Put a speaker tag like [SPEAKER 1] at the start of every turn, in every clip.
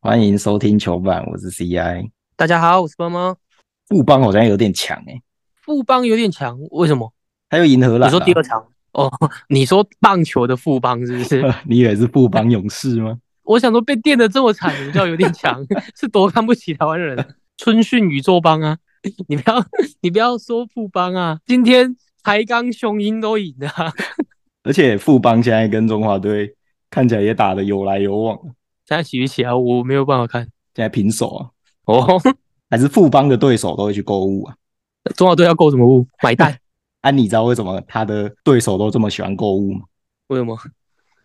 [SPEAKER 1] 欢迎收听球版，我是 CI。
[SPEAKER 2] 大家好，我是猫猫。
[SPEAKER 1] 富邦好像有点强哎、
[SPEAKER 2] 富邦有点强，为什么？
[SPEAKER 1] 他又赢荷兰、
[SPEAKER 2] 你
[SPEAKER 1] 啊。
[SPEAKER 2] 说第二场哦？ 你说棒球的富邦是不 是？
[SPEAKER 1] 你以为是富邦勇士吗？
[SPEAKER 2] 我想说被电的这么惨，什么叫有点强？ 是多看不起台湾人？春训宇宙帮啊！ 你不要，你不要说富邦啊！今天台钢雄鹰都赢了、啊，
[SPEAKER 1] 而且富邦现在跟中华队看起来也打得有来有往，
[SPEAKER 2] 现在洗一洗啊，我没有办法看
[SPEAKER 1] 现在平手啊，
[SPEAKER 2] 哦。
[SPEAKER 1] 还是富邦的对手都会去购物啊。
[SPEAKER 2] 中华队要购什么物？买 蛋？
[SPEAKER 1] 啊，你知道为什么他的对手都这么喜欢购物吗？
[SPEAKER 2] 为什么？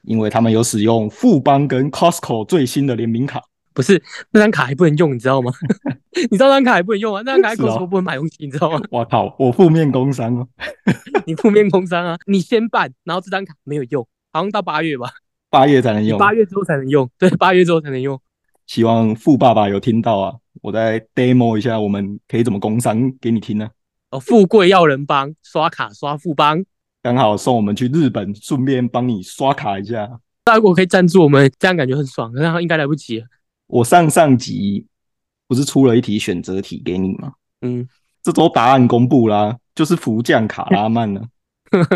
[SPEAKER 1] 因为他们有使用富邦跟 Costco 最新的联名卡。
[SPEAKER 2] 不是那张卡还不能用，你知道吗？ 你知道那张卡还不能用啊？那张卡还
[SPEAKER 1] 是哦
[SPEAKER 2] 口说不能买东西，你知道吗？
[SPEAKER 1] 我靠，我负面工伤哦。
[SPEAKER 2] 你负面工伤啊，你先办，然后这张卡没有用，好像到八月吧，
[SPEAKER 1] 八月才能
[SPEAKER 2] 你
[SPEAKER 1] 用，
[SPEAKER 2] 八月之后才能用，对，八月之后才能用。
[SPEAKER 1] 希望富爸爸有听到啊。我再 demo 一下，我们可以怎么工商给你听呢、
[SPEAKER 2] 哦，富贵要人帮，刷卡刷富邦。
[SPEAKER 1] 刚好送我们去日本，顺便帮你刷卡一下。
[SPEAKER 2] 大家如果可以赞助我们，这样感觉很爽，那应该来不及了。
[SPEAKER 1] 我上上集不是出了一题选择题给你吗？
[SPEAKER 2] 嗯，
[SPEAKER 1] 这周答案公布啦、就是福将卡拉曼啊了、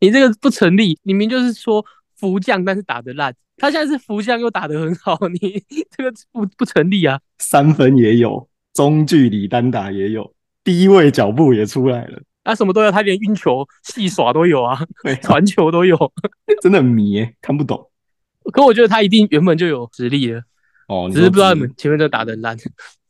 [SPEAKER 2] 你这个不成立，你明明就是说福将，但是打得烂，他现在是福将又打得很好，你 这个不不成立啊。
[SPEAKER 1] 三分也有，中距离单打也有，低位脚步也出来了，
[SPEAKER 2] 啊，什么都有，他连运球、戏耍都有啊，
[SPEAKER 1] 对啊
[SPEAKER 2] 传球都有。
[SPEAKER 1] 真的很迷耶、看不懂
[SPEAKER 2] 可我觉得他一定原本就有实力的，
[SPEAKER 1] 哦。你
[SPEAKER 2] 只
[SPEAKER 1] 说
[SPEAKER 2] 是不知道你们前面都打得很烂。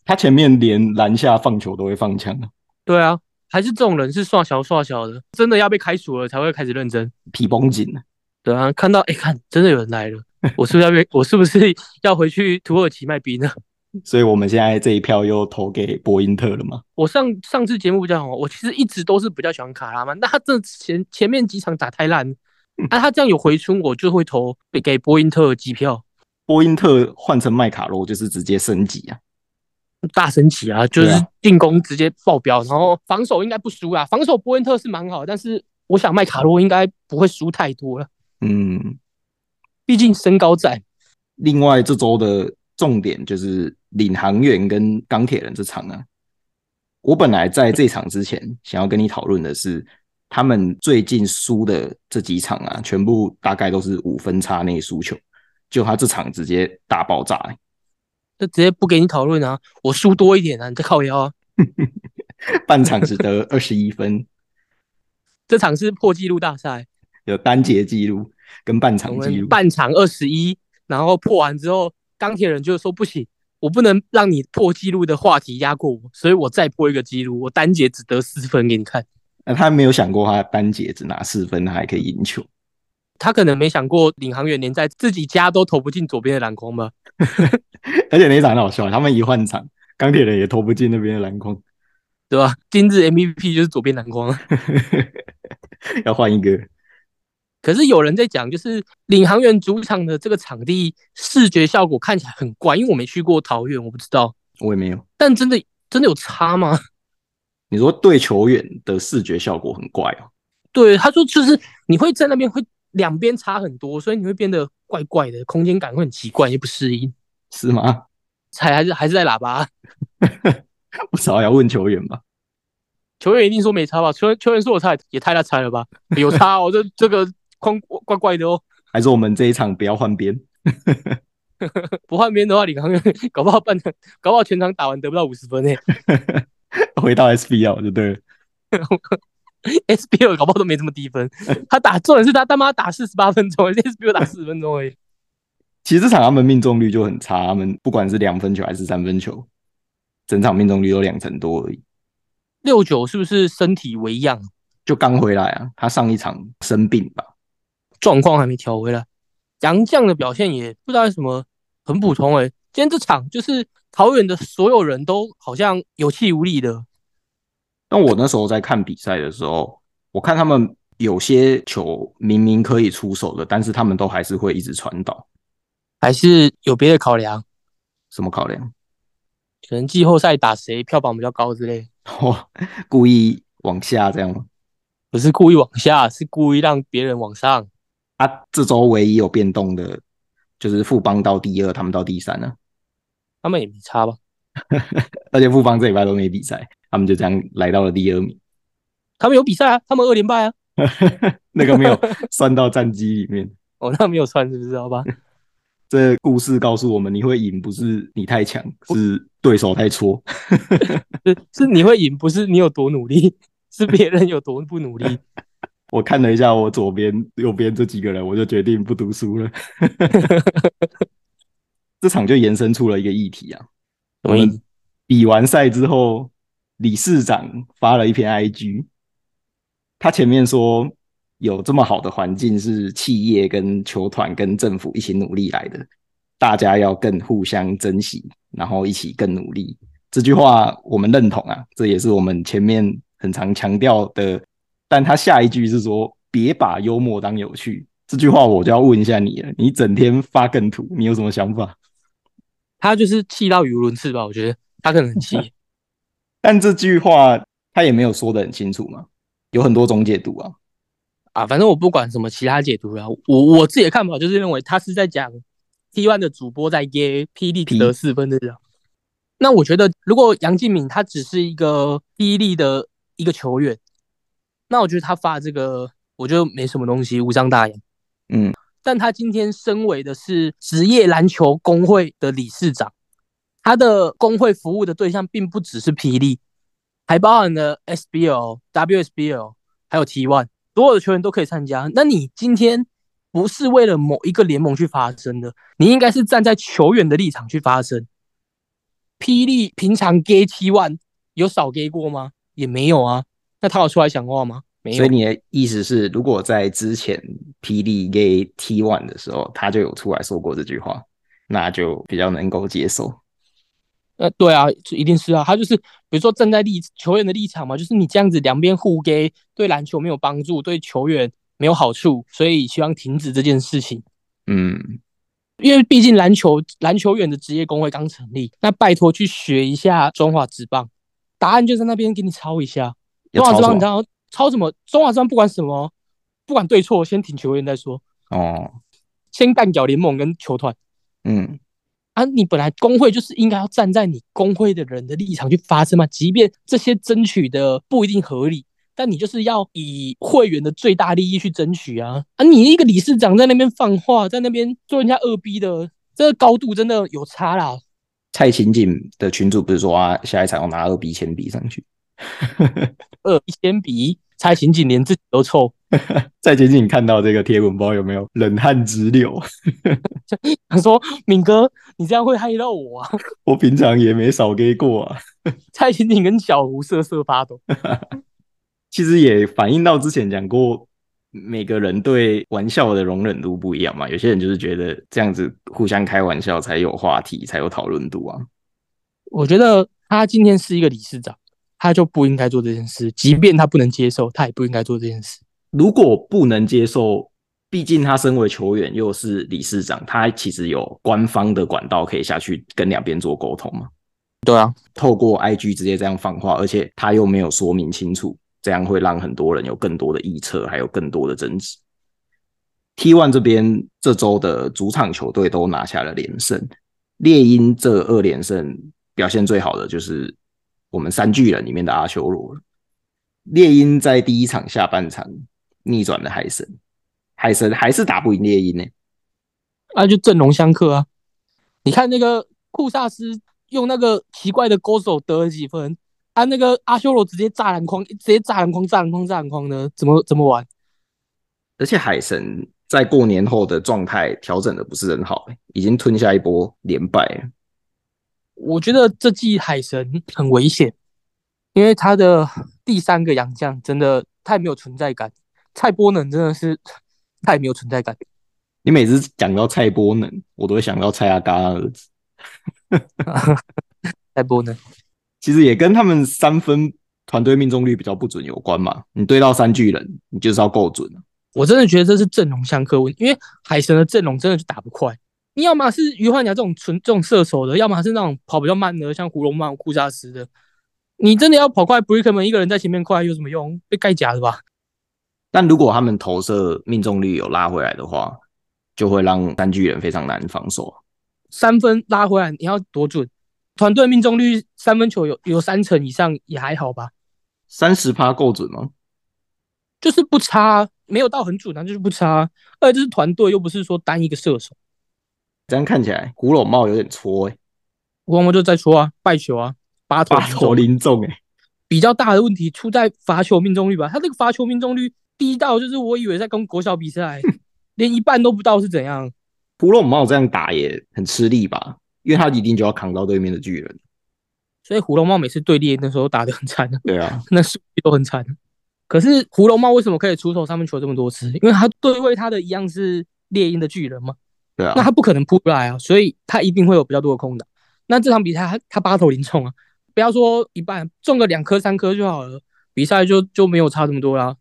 [SPEAKER 1] 他前面连篮下放球都会放枪啊，
[SPEAKER 2] 对啊，还是这种人是刷小刷小的，真的要被开除了才会开始认真。
[SPEAKER 1] 皮绷紧啊
[SPEAKER 2] 对啊，看到哎、看真的有人来了，我是不是要被 我是不是要回去土耳其卖冰呢？
[SPEAKER 1] 所以我们现在这一票又投给博因特了嘛？
[SPEAKER 2] 我上上次节目比较好，我其实一直都是比较喜欢卡拉曼，但他这前前面几场打太烂，
[SPEAKER 1] 嗯
[SPEAKER 2] 啊，他这样有回春，我就会投给给波因特机票
[SPEAKER 1] 波因特换成麦卡洛就是直接升级啊，
[SPEAKER 2] 大升级啊，就是
[SPEAKER 1] 对啊
[SPEAKER 2] 进攻直接爆表，然后防守应该不输啊，防守波因特是蛮好，但是我想麦卡洛应该不会输太多了，
[SPEAKER 1] 嗯，
[SPEAKER 2] 毕竟身高在。
[SPEAKER 1] 另外这周的重点就是领航员跟钢铁人这场啊。我本来在这场之前想要跟你讨论的是，他们最近输的这几场啊，全部大概都是五分差内输球，就他这场直接大爆炸、欸
[SPEAKER 2] 就直接不给你讨论啊，我输多一点啊，你再靠腰啊。
[SPEAKER 1] 半场只得二十一分，
[SPEAKER 2] 这场是破纪录大赛，
[SPEAKER 1] 有单节记录跟半场
[SPEAKER 2] 我
[SPEAKER 1] 记
[SPEAKER 2] 们
[SPEAKER 1] 录。
[SPEAKER 2] 半场二十一，然后破完之后，钢铁人就说不行，我不能让你破纪录的话题压过我，所以我再破一个纪录，我单节只得四分给你看。
[SPEAKER 1] 那他没有想过他单节只拿四分，他还可以赢球。
[SPEAKER 2] 他可能没想过领航员连在自己家都投不进左边的篮筐吧？
[SPEAKER 1] 而且那一场很好笑，他们一换场，钢铁人也投不进那边的篮筐，
[SPEAKER 2] 对吧？今日 MVP 就是左边篮筐啊。
[SPEAKER 1] 要换一个。
[SPEAKER 2] 可是有人在讲，就是领航员主场的这个场地视觉效果看起来很怪，因为我没去过桃园，我不知道。
[SPEAKER 1] 我也没有。
[SPEAKER 2] 但真的真的有差吗？
[SPEAKER 1] 你说对球员的视觉效果很怪哦，
[SPEAKER 2] 对，他说就是你会在那边会两边差很多，所以你会变得怪怪的，空间感会很奇怪，也不适应。
[SPEAKER 1] 是吗？
[SPEAKER 2] 才还是还是在喇叭，
[SPEAKER 1] 我少要问球员吧。
[SPEAKER 2] 球员一定说没差吧？球员球员说我差也太大差了吧？有差哦，这这个空怪怪的哦。
[SPEAKER 1] 还是我们这一场不要换边？
[SPEAKER 2] 不换边的话，李刚搞不好半场，搞不好全场打完得不到五十分呢、欸
[SPEAKER 1] 回到 SBL 就对了。
[SPEAKER 2] SBL 搞不好都没这么低分，他打重点是他他妈打四十八分钟，SBL 打四十分钟而已。
[SPEAKER 1] 其实这场他们命中率就很差，他们不管是两分球还是三分球，整场命中率都两成多而已。
[SPEAKER 2] 六九是不是身体为恙，
[SPEAKER 1] 就刚回来啊，他上一场生病吧，
[SPEAKER 2] 状况还没调回来。杨绛的表现也不知道为什么很普通诶、今天这场就是桃园的所有人都好像有气无力的，
[SPEAKER 1] 但我那时候在看比赛的时候，我看他们有些球明明可以出手的，但是他们都还是会一直传导。
[SPEAKER 2] 还是有别的考量，
[SPEAKER 1] 什么考量？
[SPEAKER 2] 可能季后赛打谁票房比较高之类，
[SPEAKER 1] 我 故意往下这样吗？
[SPEAKER 2] 不是故意往下，是故意让别人往上。
[SPEAKER 1] 啊，这周唯一有变动的，就是富邦到第二，他们到第三了、
[SPEAKER 2] 他们也没差吧？
[SPEAKER 1] 而且富邦这礼拜都没比赛，他们就这样来到了第二名。
[SPEAKER 2] 他们有比赛啊，他们二连败啊。
[SPEAKER 1] 那个没有算到战绩里面。
[SPEAKER 2] 哦，那没有算是不是？好吧，
[SPEAKER 1] 这故事告诉我们，你会赢不是你太强，是对手太挫。
[SPEAKER 2] 是是你会赢，不是你有多努力， 是别人有多不努力。
[SPEAKER 1] 我看了一下我左边、右边这几个人，我就决定不读书了。 这场就延伸出了一个议题啊，
[SPEAKER 2] 什么意思？
[SPEAKER 1] 比完赛之后，理事长发了一篇 IG，他前面说有这么好的环境是企业跟球团跟政府一起努力来的，大家要更互相珍惜，然后一起更努力。这句话我们认同啊，这也是我们前面很常强调的。但他下一句是说别把幽默当有趣，这句话我就要问一下你了，你整天发梗图，你有什么想法？
[SPEAKER 2] 他就是气到语无伦次吧？我觉得他可能很气。
[SPEAKER 1] 但这句话他也没有说的很清楚嘛，有很多种解读啊。
[SPEAKER 2] 啊，反正我不管什么其他解读啦，我我自己的看法就是认为他是在讲 T One 的主播在耶霹雳得四分的人。那我觉得，如果杨敬敏他只是一个霹雳的一个球员，那我觉得他发这个，我觉得没什么东西，无伤大雅。
[SPEAKER 1] 嗯，
[SPEAKER 2] 但他今天身为的是职业篮球工会的理事长，他的工会服务的对象并不只是霹雳，还包含了 SBL、WSBL 还有 T One。所有的球员都可以参加。那你今天不是为了某一个联盟去发声的，你应该是站在球员的立场去发声。霹雳平常 gay T one 有少 gay 过吗？也没有啊。那他有出来讲话吗？没
[SPEAKER 1] 所
[SPEAKER 2] 有
[SPEAKER 1] 以。你的意思是，如果在之前霹雳给 T One 的时候，他就有出来说过这句话，那就比较能够接受。
[SPEAKER 2] 呃，对啊，这一定是啊。他就是比如说站在立球员的立场嘛，就是你这样子两边互 gay 对篮球没有帮助，对球员没有好处，所以希望停止这件事情。
[SPEAKER 1] 嗯，
[SPEAKER 2] 因为毕竟篮球篮球员的职业工会刚成立，那拜托去学一下中华职棒，答案就在那边给你抄一下。
[SPEAKER 1] 要
[SPEAKER 2] 中华职
[SPEAKER 1] 操
[SPEAKER 2] 棒你知
[SPEAKER 1] 作
[SPEAKER 2] 道抄什么？中华职棒不管什么，不管对错，先挺球员再说，
[SPEAKER 1] 哦，
[SPEAKER 2] 先干掉联盟跟球团
[SPEAKER 1] 嗯，
[SPEAKER 2] 啊！你本来工会就是应该要站在你工会的人的立场去发声嘛，即便这些争取的不一定合理。但你就是要以会员的最大利益去争取啊！啊，你一个理事长在那边放话，在那边做人家二逼的，这个高度真的有差啦。
[SPEAKER 1] 蔡琴锦的群主不是说啊，下一场要拿二 B 铅笔上去。
[SPEAKER 2] 二一千比一，蔡琴锦连自己都臭，
[SPEAKER 1] 蔡琴锦看到这个贴文，不知道有没有冷汗直流。
[SPEAKER 2] 他说：“敏哥，你这样会害到我啊
[SPEAKER 1] 我平常也没少给过啊。！”
[SPEAKER 2] 蔡琴锦跟小胡瑟瑟发抖。
[SPEAKER 1] 其实也反映到之前讲过，每个人对玩笑的容忍度不一样嘛。有些人就是觉得这样子互相开玩笑才有话题，才有讨论度啊。
[SPEAKER 2] 我觉得他今天是一个理事长，他就不应该做这件事，即便他不能接受，他也不应该做这件事。
[SPEAKER 1] 如果不能接受，毕竟他身为球员又是理事长，他其实有官方的管道可以下去跟两边做沟通嘛。
[SPEAKER 2] 对啊，
[SPEAKER 1] 透过 IG 直接这样放话，而且他又没有说明清楚，这样会让很多人有更多的臆测，还有更多的争执。T1 这边这周的主场球队都拿下了连胜，猎鹰这二连胜表现最好的就是我们三巨人里面的阿修罗了。猎鹰在第一场下半场逆转了海神，海神还是打不赢猎鹰呢、
[SPEAKER 2] 那就阵容相克啊！你看那个库萨斯用那个奇怪的勾手得了几分，啊，那个阿修罗直接炸篮筐，直接炸篮筐，炸篮筐，炸篮筐呢？怎么怎么玩？
[SPEAKER 1] 而且海神在过年后的状态调整的不是很好、已经吞下一波连败了。
[SPEAKER 2] 我觉得这季海神很危险，因为他的第三个洋将真的太没有存在感，蔡波能真的是 太没有存在感。
[SPEAKER 1] 你每次讲到蔡波能，我都会想到蔡阿嘎的儿子。
[SPEAKER 2] 蔡波能，
[SPEAKER 1] 其实也跟他们三分团队命中率比较不准有关嘛。你对到三巨人，你就是要够准啊
[SPEAKER 2] 我真的觉得这是阵容相克问题，因为海神的阵容真的就打不快。你要么是于焕雅这种纯这种射手的，要么是那种跑比较慢的，像胡龙曼、库萨斯的。你真的要跑快 b r i c k m a n 一个人在前面快有什么用？被盖夹的吧？
[SPEAKER 1] 但如果他们投射命中率有拉回来的话，就会让三巨人非常难防守。啊
[SPEAKER 2] 三分拉回来你要多准？团队命中率三分球有有三成以上也还好吧，
[SPEAKER 1] 三十趴够准吗？
[SPEAKER 2] 就是不差，啊没有到很准，但就是不差。啊二就是团队又不是说单一个射手，
[SPEAKER 1] 这样看起来古老帽有点搓哎、
[SPEAKER 2] 我们就在说啊，败球啊，八投
[SPEAKER 1] 八头零中哎、
[SPEAKER 2] 比较大的问题出在罚球命中率吧。他这个罚球命中率低到就是我以为在跟国小比赛，连一半都不到是怎样？
[SPEAKER 1] 古老帽这样打也很吃力吧？因为他一定就要扛到对面的巨人。
[SPEAKER 2] 所以胡龙茂每次对猎那时候打得很惨啊，
[SPEAKER 1] 对啊，
[SPEAKER 2] 那数据都很惨。啊可是胡龙茂为什么可以出手三分球这么多次？因为他对位他的一样是猎鹰的巨人嘛，
[SPEAKER 1] 对啊
[SPEAKER 2] 那。他不可能扑出来啊，所以他一定会有比较多的空档。那这场比赛他他八投零中啊，不要说一半，中个两颗三颗就好了，比赛就就没有差这么多啦。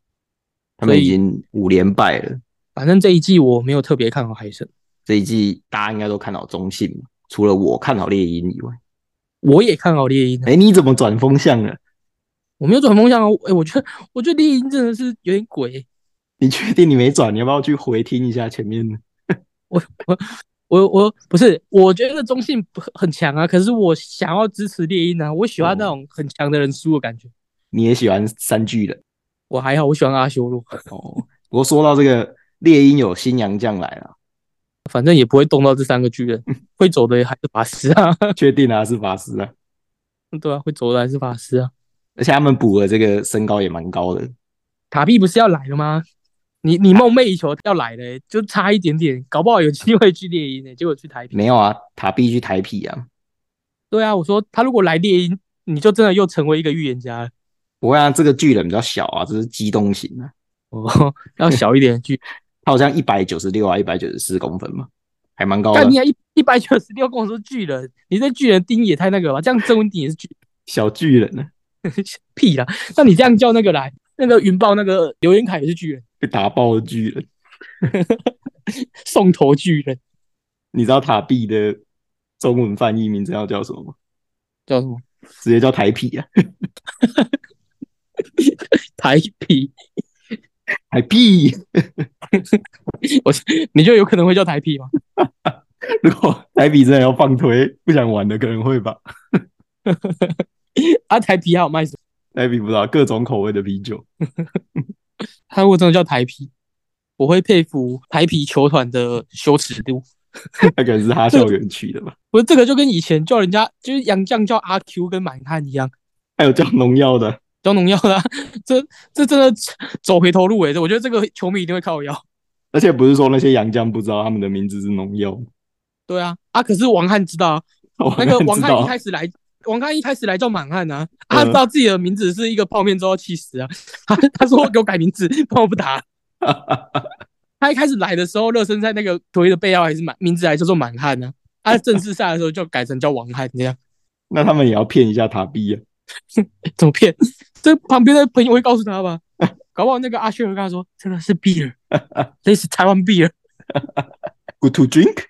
[SPEAKER 1] 他们
[SPEAKER 2] 所以
[SPEAKER 1] 已经五连败了，
[SPEAKER 2] 反正这一季我没有特别看好海神，
[SPEAKER 1] 这一季大家应该都看好中信嘛，除了我看好猎鹰以外，
[SPEAKER 2] 我也看好猎鹰啊
[SPEAKER 1] 哎、你怎么转风向了？
[SPEAKER 2] 我没有转风向啊，哎、我觉得我觉得猎鹰真的是有点鬼欸、
[SPEAKER 1] 你确定你没转？你要不要去回听一下前面的？
[SPEAKER 2] 我我不是，我觉得中信不很强啊，可是我想要支持猎鹰啊，我喜
[SPEAKER 1] 哦
[SPEAKER 2] 欢那种很强的人输的感觉。
[SPEAKER 1] 你也喜欢三巨人
[SPEAKER 2] 我还好，我喜欢阿修罗，
[SPEAKER 1] 哦。 不过说到这个猎鹰有新洋将来了，
[SPEAKER 2] 反正也不会动到这三个巨人，
[SPEAKER 1] 嗯
[SPEAKER 2] 会走的还是法师啊，
[SPEAKER 1] 确定啊是法师啊，
[SPEAKER 2] 对啊，会走的还是法师啊。
[SPEAKER 1] 而且他们补的这个身高也蛮高的，
[SPEAKER 2] 卡币不是要来了吗？你你梦寐以求要来了欸、就差一点点，搞不好有机会去猎鹰呢、欸结果去台北。
[SPEAKER 1] 没有啊，塔必去台皮啊，
[SPEAKER 2] 对啊，我说他如果来猎鹰，你就真的又成为一个预言家了。
[SPEAKER 1] 不过啊，这个巨人比较小啊，这是机动型啊，
[SPEAKER 2] 哦， 要小一点的巨
[SPEAKER 1] 他好像一百九十六啊，一百九十四公分嘛，还蛮高的
[SPEAKER 2] 但。你还啊一一百九十六跟我说巨人，你这巨人定义也太那个了吧？这样郑文鼎也是巨
[SPEAKER 1] 小巨人呢、
[SPEAKER 2] 屁啦！那你这样叫那个来，那个云豹那个刘元凯也是巨人，
[SPEAKER 1] 被打爆的巨人。
[SPEAKER 2] 送头巨人
[SPEAKER 1] 你知道塔币的中文翻译名字要叫什么吗？
[SPEAKER 2] 叫什么？
[SPEAKER 1] 直接叫台皮啊，
[SPEAKER 2] 台皮，
[SPEAKER 1] 台币。
[SPEAKER 2] 你就有可能会叫台皮吗？
[SPEAKER 1] 如果台币真的要放推，不想玩的可能会吧。
[SPEAKER 2] 啊，台皮还有卖什么？
[SPEAKER 1] 台币不知道各种口味的啤酒，
[SPEAKER 2] 他如果真的叫台皮，我会佩服台皮球团的羞耻度。
[SPEAKER 1] 那可能是他校园区的吧。
[SPEAKER 2] 不是这个就跟以前叫人家就是杨绛叫阿 Q 跟满汉一样，
[SPEAKER 1] 还有叫农药的，
[SPEAKER 2] 叫农药的啊、 这这真的走回头路欸诶、这我觉得这个球迷一定会靠腰。
[SPEAKER 1] 而且不是说那些洋将不知道他们的名字是农药。
[SPEAKER 2] 对啊，啊，可是王翰知道啊，
[SPEAKER 1] 我
[SPEAKER 2] 那个
[SPEAKER 1] 哪
[SPEAKER 2] 王
[SPEAKER 1] 知
[SPEAKER 2] 翰
[SPEAKER 1] 道
[SPEAKER 2] 一
[SPEAKER 1] 啊
[SPEAKER 2] 开始来，王翰一开始来叫满汉啊，啊他
[SPEAKER 1] 嗯
[SPEAKER 2] 知道自己的名字是一个泡面之后气死啊， 他他说给我改名字，不然我不打。他一开始来的时候，热身赛那个球衣的背号还是满名字还叫做满汉呢、啊，啊，正式赛的时候就改成叫王翰这样，
[SPEAKER 1] 那他们也要骗一下塔币啊。
[SPEAKER 2] 怎么骗？这旁边的朋友会告诉他吧？搞不好那个阿旭尔跟他说，这个 是 beer，这是台湾 beer。
[SPEAKER 1] Good to drink 。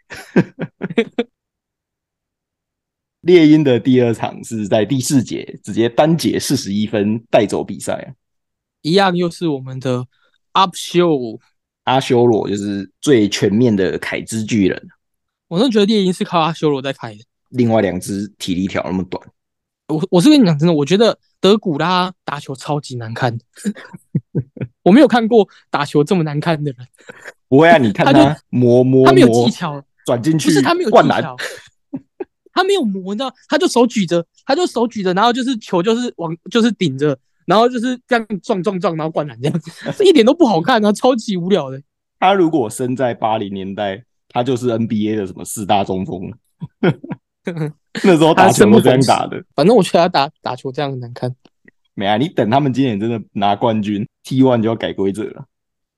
[SPEAKER 1] 猎鹰的第二场是在第四节直接单节四十一分带走比赛啊。
[SPEAKER 2] 一样又是我们的 up show，
[SPEAKER 1] 阿修罗就是最全面的凯之巨人，
[SPEAKER 2] 我真的觉得猎鹰是靠阿修罗在开的。
[SPEAKER 1] 另外两只体力条那么短，
[SPEAKER 2] 我我是跟你讲真的，我觉得德古拉打球超级难看， 我没有看过打球这么难看的人。
[SPEAKER 1] 不会啊？你看
[SPEAKER 2] 他就
[SPEAKER 1] 他磨磨
[SPEAKER 2] 他没有
[SPEAKER 1] 磨
[SPEAKER 2] 技巧，
[SPEAKER 1] 转进去，
[SPEAKER 2] 不是他没有
[SPEAKER 1] 灌
[SPEAKER 2] 技
[SPEAKER 1] 篮
[SPEAKER 2] 巧， 他没有磨，你知道，他就手举着，他就手举着，然后就是球就是往就是顶着，然后就是这样撞撞撞，然后灌篮这样， 这一点都不好看啊，超级无聊的。
[SPEAKER 1] 他如果生在八零年代，他就是 NBA 的什么四大中 锋了。那时候打球都这样打的，
[SPEAKER 2] 反正我觉得他打打球这样很难看。
[SPEAKER 1] 没啊？你等他们今年真的拿冠军，T one 就要改规则了。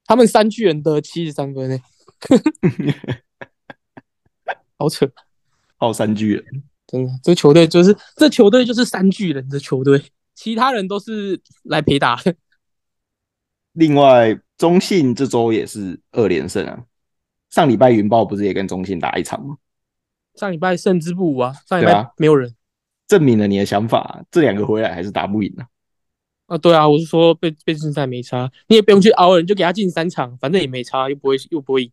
[SPEAKER 2] 他们三巨人得七十三分欸呢、 好扯，
[SPEAKER 1] 靠三巨人，
[SPEAKER 2] 真的，这球队就是这球队就是三巨人的球队，其他人都是来陪打 的。
[SPEAKER 1] 另外中信这周也是二连胜啊。上礼拜云豹不是也跟中信打一场吗？
[SPEAKER 2] 上礼拜胜之不武啊，上礼
[SPEAKER 1] 对
[SPEAKER 2] 拜
[SPEAKER 1] 啊
[SPEAKER 2] 没有人
[SPEAKER 1] 证明了你的想法，这两个回来还是打不赢啊。
[SPEAKER 2] 啊对啊，我是说被被禁赛没差，你也不用去熬人，就给他进三场，反正也没差，又不会又不会赢。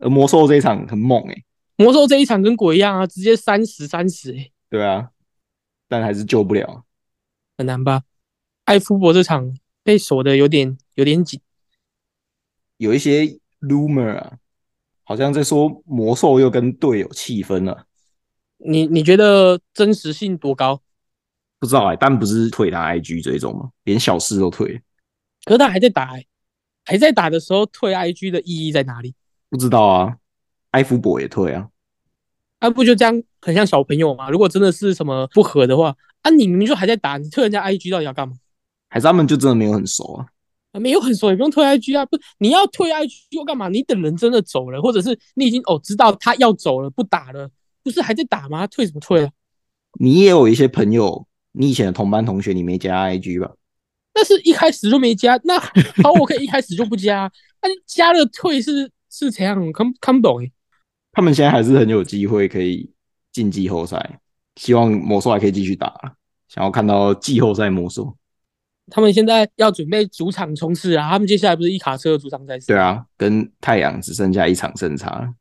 [SPEAKER 1] 而魔兽这一场很猛诶、欸
[SPEAKER 2] 魔兽这一场跟鬼一样啊，直接三十三十哎，
[SPEAKER 1] 对啊，但还是救不了。
[SPEAKER 2] 很难吧？艾夫伯这场被锁的有点有点紧，
[SPEAKER 1] 有一些 rumor 啊，好像在说魔兽又跟队友气啊分了，
[SPEAKER 2] 你你觉得真实性多高？
[SPEAKER 1] 不知道哎、但不是退他 IG 追踪吗？连小事都退，
[SPEAKER 2] 可是他还在打、欸，还在打的时候退 IG 的意义在哪里？
[SPEAKER 1] 不知道啊。埃夫伯也退啊，
[SPEAKER 2] 啊，不就这样很像小朋友吗？如果真的是什么不合的话，啊，你明明就还在打，你退人家 IG 到底要干嘛？
[SPEAKER 1] 还是他们就真的没有很熟啊？
[SPEAKER 2] 啊没有很熟，也不用退 IG 啊，不，你要退 IG 又干嘛？你等人真的走了，或者是你已经哦知道他要走了，不打了，不是还在打吗？退什么退啊？
[SPEAKER 1] 你也有一些朋友，你以前的同班同学，你没加 IG 吧？
[SPEAKER 2] 但是一开始就没加，那好，我可以一开始就不加， 那、你加了退是是怎样？我看不看不懂欸诶、
[SPEAKER 1] 他们现在还是很有机会可以进季后赛，希望魔兽还可以继续打，想要看到季后赛魔兽。
[SPEAKER 2] 他们现在要准备主场冲刺啊，他们接下来不是一卡车的主场赛事？
[SPEAKER 1] 对啊，跟太阳只剩下一场胜差了。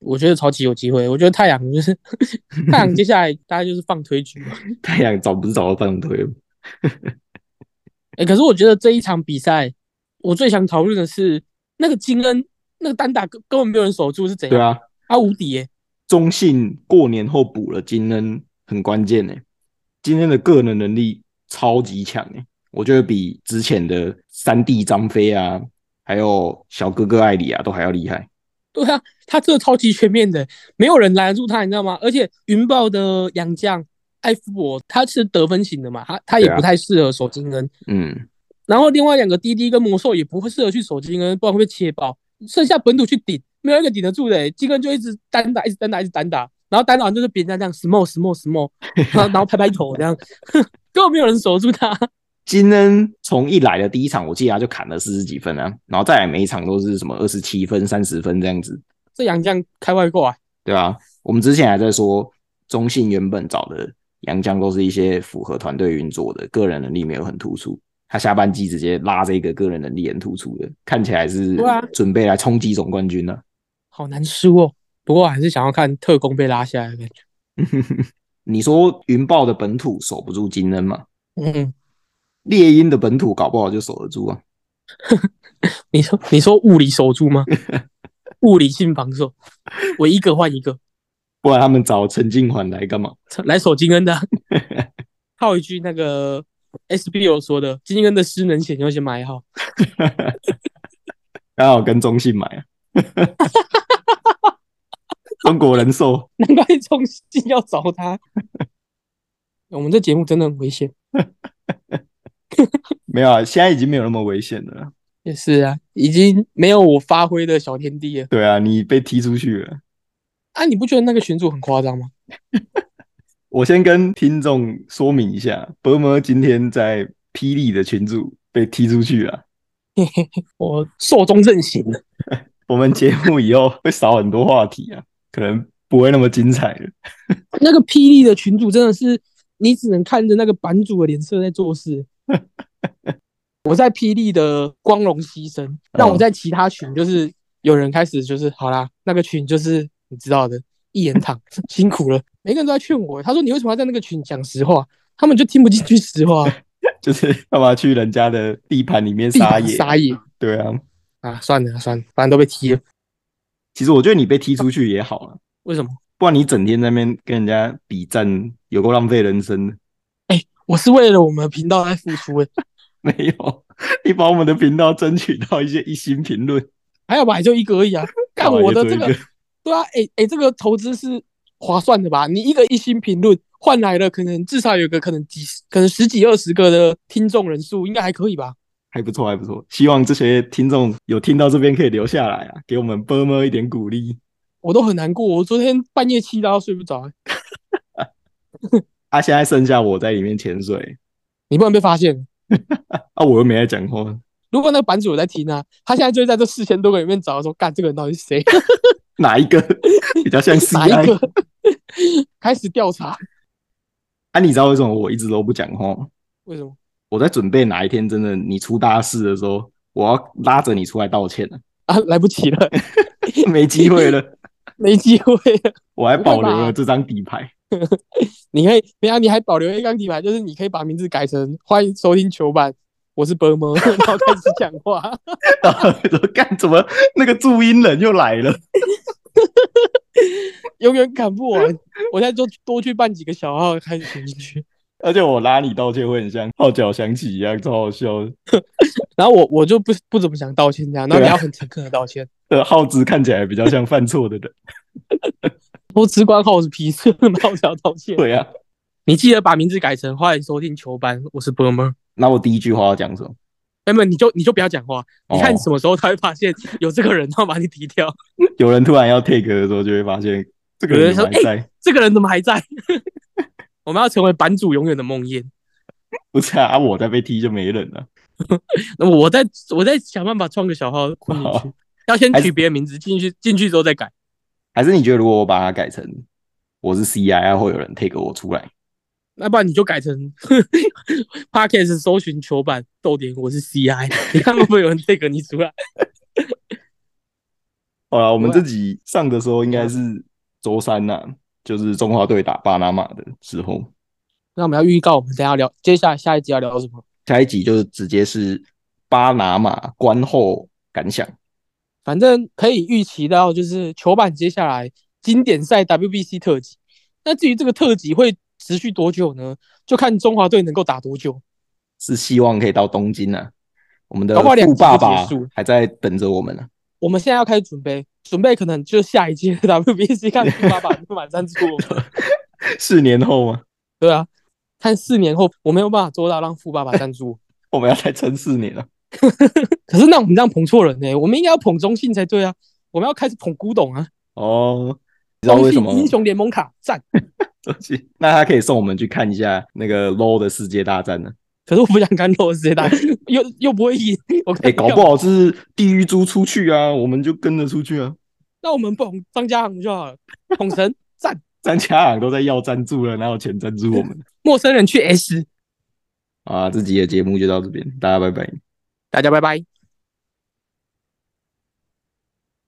[SPEAKER 2] 我觉得超级有机会。我觉得太阳就是 太阳，接下来大概就是放推局嘛。
[SPEAKER 1] 太阳早不是早到半推了，
[SPEAKER 2] 哎、可是我觉得这一场比赛，我最想讨论的是那个金恩那个单打根根本没有人守住是怎
[SPEAKER 1] 对
[SPEAKER 2] 样？
[SPEAKER 1] 啊，
[SPEAKER 2] 他无敌耶、
[SPEAKER 1] 中信过年后补了金恩，很关键呢、金恩的个人能力超级强哎、我觉得比之前的三弟张飞啊，还有小哥哥艾里啊都还要厉害。
[SPEAKER 2] 对啊，他真的超级全面的，没有人拦得住他，你知道吗？而且云豹的洋将艾弗伯他是得分型的嘛，他他也
[SPEAKER 1] 对啊
[SPEAKER 2] 不太适合守金恩。
[SPEAKER 1] 嗯，
[SPEAKER 2] 然后另外两个滴滴跟魔兽也不会适合去守金恩，不然会被切爆。剩下本土去顶，没有一个顶得住的、欸。金恩就一直单打，一直单打，一直单打，然后单打完就是别人家这样 smoke smoke smoke，然后然后拍拍头这样， 根本没有人守住他。
[SPEAKER 1] 金恩从一来的第一场，我记得他就砍了四十几分啊，然后再来每一场都是什么二十七分、三十分这样子，
[SPEAKER 2] 这洋将开外挂、欸，
[SPEAKER 1] 对啊，我们之前还在说中信原本找的杨江都是一些符合团队运作的，个人能力没有很突出。他下半季直接拉这个个人能力很突出的，看起来是
[SPEAKER 2] 对啊
[SPEAKER 1] 准备来冲击总冠军啊了。
[SPEAKER 2] 好难输哦。不过还是想要看特工被拉下来的感觉。
[SPEAKER 1] 你说云豹的本土守不住金恩嘛？
[SPEAKER 2] 嗯，
[SPEAKER 1] 猎鹰的本土搞不好就守得住啊。
[SPEAKER 2] 你说你说物理守住吗？物理性防守，我一个换一个，
[SPEAKER 1] 不然他们找陈静环来干嘛？
[SPEAKER 2] 来守金恩的啊。套一句那个 SBO 说的，金恩的失能险要先买好。
[SPEAKER 1] 刚好跟中信买啊。 中国人寿
[SPEAKER 2] 难怪中信要找他。我们这节目真的很危险。
[SPEAKER 1] 没有啊，现在已经没有那么危险了啊。
[SPEAKER 2] 也是啊，已经没有我发挥的小天地了。
[SPEAKER 1] 对啊，你被踢出去了。
[SPEAKER 2] 啊，你不觉得那个群主很夸张吗？
[SPEAKER 1] 我先跟听众说明一下，伯摩今天在霹雳的群组被踢出去了。
[SPEAKER 2] 我寿终正寝了。
[SPEAKER 1] 我们节目以后 会少很多话题啊，可能不会那么精彩了。
[SPEAKER 2] 那个霹雳的群主真的是，你只能看着那个版主的脸色在 做事。我在霹雳的光荣牺牲，那
[SPEAKER 1] 嗯
[SPEAKER 2] 我在其他群就是有人开始就是好啦，那个群就是你知道的，一言堂 辛苦了，每个人都在劝我，他说你为什么要在那个群讲实话？他们就听不进去实话，
[SPEAKER 1] 就是干嘛去人家的地盘里面
[SPEAKER 2] 地
[SPEAKER 1] 撒
[SPEAKER 2] 盘
[SPEAKER 1] 野？
[SPEAKER 2] 撒野
[SPEAKER 1] 对啊，
[SPEAKER 2] 啊！算了算了，反正都被踢了，
[SPEAKER 1] 其实我觉得你被踢出去也好啊了，
[SPEAKER 2] 为什么？
[SPEAKER 1] 不然你整天在那边跟人家比战，有够浪费人生的。
[SPEAKER 2] 我是为了我们频道在付出、欸，
[SPEAKER 1] 没有， 你把我们的频道争取到一些一星评论，
[SPEAKER 2] 还有吧，也就一个而已 啊！干
[SPEAKER 1] 干嘛
[SPEAKER 2] 我的
[SPEAKER 1] 也
[SPEAKER 2] 这
[SPEAKER 1] 做
[SPEAKER 2] 个
[SPEAKER 1] 一，
[SPEAKER 2] 对啊，哎、哎、这个投资是划算的吧？你一个一星评论换来了，可能至少有个可能几十，可能十几二十个的听众人数，应该还可以吧？
[SPEAKER 1] 还不错，还不错。希望这些听众有听到这边可以留下来啊，给我们波波一点鼓励。
[SPEAKER 2] 我都很难过，我昨天半夜气到睡不着、欸
[SPEAKER 1] 啊，现在剩下我在里面潜水
[SPEAKER 2] 你不能被发现。
[SPEAKER 1] 啊，我又没在讲话，
[SPEAKER 2] 如果那个版主有在听啊，他现在就会在这四千多个里面找说，干这个人到底是谁，
[SPEAKER 1] 哪一个 比较像
[SPEAKER 2] 哪一
[SPEAKER 1] CI？
[SPEAKER 2] 个，开始调查。
[SPEAKER 1] 啊，你知道为什么我一直都不讲话吗？
[SPEAKER 2] 为什么？
[SPEAKER 1] 我在准备哪一天真的你出大事的时候，我要拉着你出来道歉了，
[SPEAKER 2] 啊，来不及了，
[SPEAKER 1] 没机会了，
[SPEAKER 2] 没机会了。
[SPEAKER 1] 我还保留
[SPEAKER 2] 不会吧
[SPEAKER 1] 了这张底牌。
[SPEAKER 2] 你可以，等一下你还保留一钢体牌，就是你可以把名字改成“欢迎收听球版”，我是 b u r m 然后开始讲话。
[SPEAKER 1] 然后 说干怎么那个注音人又来了？
[SPEAKER 2] 永远赶不 完。我现在就多去办几个小号，开始填进去。
[SPEAKER 1] 而且我拉你道歉会很像号角响起一样，超好笑的。
[SPEAKER 2] 然后我我就不不怎么想道歉这样，然后
[SPEAKER 1] 对啊
[SPEAKER 2] 你要很诚恳的道歉。
[SPEAKER 1] 呃，耗子看起来比较像犯错的 人。
[SPEAKER 2] 偷吃光后是皮色，然后我想要道歉。
[SPEAKER 1] 对啊，
[SPEAKER 2] 你记得把名字改成“欢迎收听球班”，我是 b u r m e r
[SPEAKER 1] 那我第一句话要讲什么？
[SPEAKER 2] 那么你就你就不要讲话，你看
[SPEAKER 1] 哦
[SPEAKER 2] 什么时候他会发现有这个人，然后把你踢 掉。
[SPEAKER 1] 有人突然要 take 的时候，就会发现这个人怎哎么还
[SPEAKER 2] 有人说
[SPEAKER 1] 在。
[SPEAKER 2] 这个人怎么还在？我们要成为版主永远的梦魇。
[SPEAKER 1] 不是啊，我再被踢就没人了。
[SPEAKER 2] 那我再我再想办法创个小号混进去
[SPEAKER 1] 好，
[SPEAKER 2] 要先
[SPEAKER 1] 还
[SPEAKER 2] 取别人名字进去，进去之后再改。
[SPEAKER 1] 还是你觉得如果我把它改成我是 CI，会有人 take 我出来？
[SPEAKER 2] 那不然你就改成 Podcast 搜寻球版逗点，我是 CI，你看会不会有人 take 你出来？
[SPEAKER 1] 好了，我们
[SPEAKER 2] 对
[SPEAKER 1] 这集上的时候应该是周三呐、就是中华队打巴拿马的时候。
[SPEAKER 2] 那我们要预告我们等一下聊，接下来下一集要聊什么？
[SPEAKER 1] 下一集就是直接是巴拿马观后感想。
[SPEAKER 2] 反正可以预期到，就是球板接下来经典赛 WBC 特辑。那至于这个特辑会持续多久呢？就看中华队能够打多久。
[SPEAKER 1] 是希望可以到东京啊。我们的
[SPEAKER 2] 搞不好两
[SPEAKER 1] 富
[SPEAKER 2] 集就
[SPEAKER 1] 爸爸
[SPEAKER 2] 结束了
[SPEAKER 1] 还在等着我们呢、
[SPEAKER 2] 我们现在要开始准备，准备可能就下一届 WBC 看富爸爸有没有满赞助我们，
[SPEAKER 1] 四年后吗？
[SPEAKER 2] 对啊，看四年后我没有办法做到让富爸爸赞助我，
[SPEAKER 1] 我们要再撑四年了。
[SPEAKER 2] 可是那我们这样捧错人呢、我们应该要捧中信才对啊，我们要开始捧古董啊，
[SPEAKER 1] 哦，你知道
[SPEAKER 2] 中
[SPEAKER 1] 为什
[SPEAKER 2] 信
[SPEAKER 1] 么？
[SPEAKER 2] 英雄联盟卡赞，
[SPEAKER 1] 那他可以送我们去看一下那个 low 的世界大战呢、
[SPEAKER 2] 可是我不想看洛世界大， 又又不会赢，我
[SPEAKER 1] 哎、
[SPEAKER 2] 看
[SPEAKER 1] 搞不好是地狱猪出去啊，我们就跟着出去啊。
[SPEAKER 2] 那我们捧张家航就好了，捧神赞，
[SPEAKER 1] 三家行都在要赞助了，哪有钱赞助我 们
[SPEAKER 2] 陌生人去 S，
[SPEAKER 1] 啊？这集的节目就到这边，大家拜拜。
[SPEAKER 2] 大家拜拜。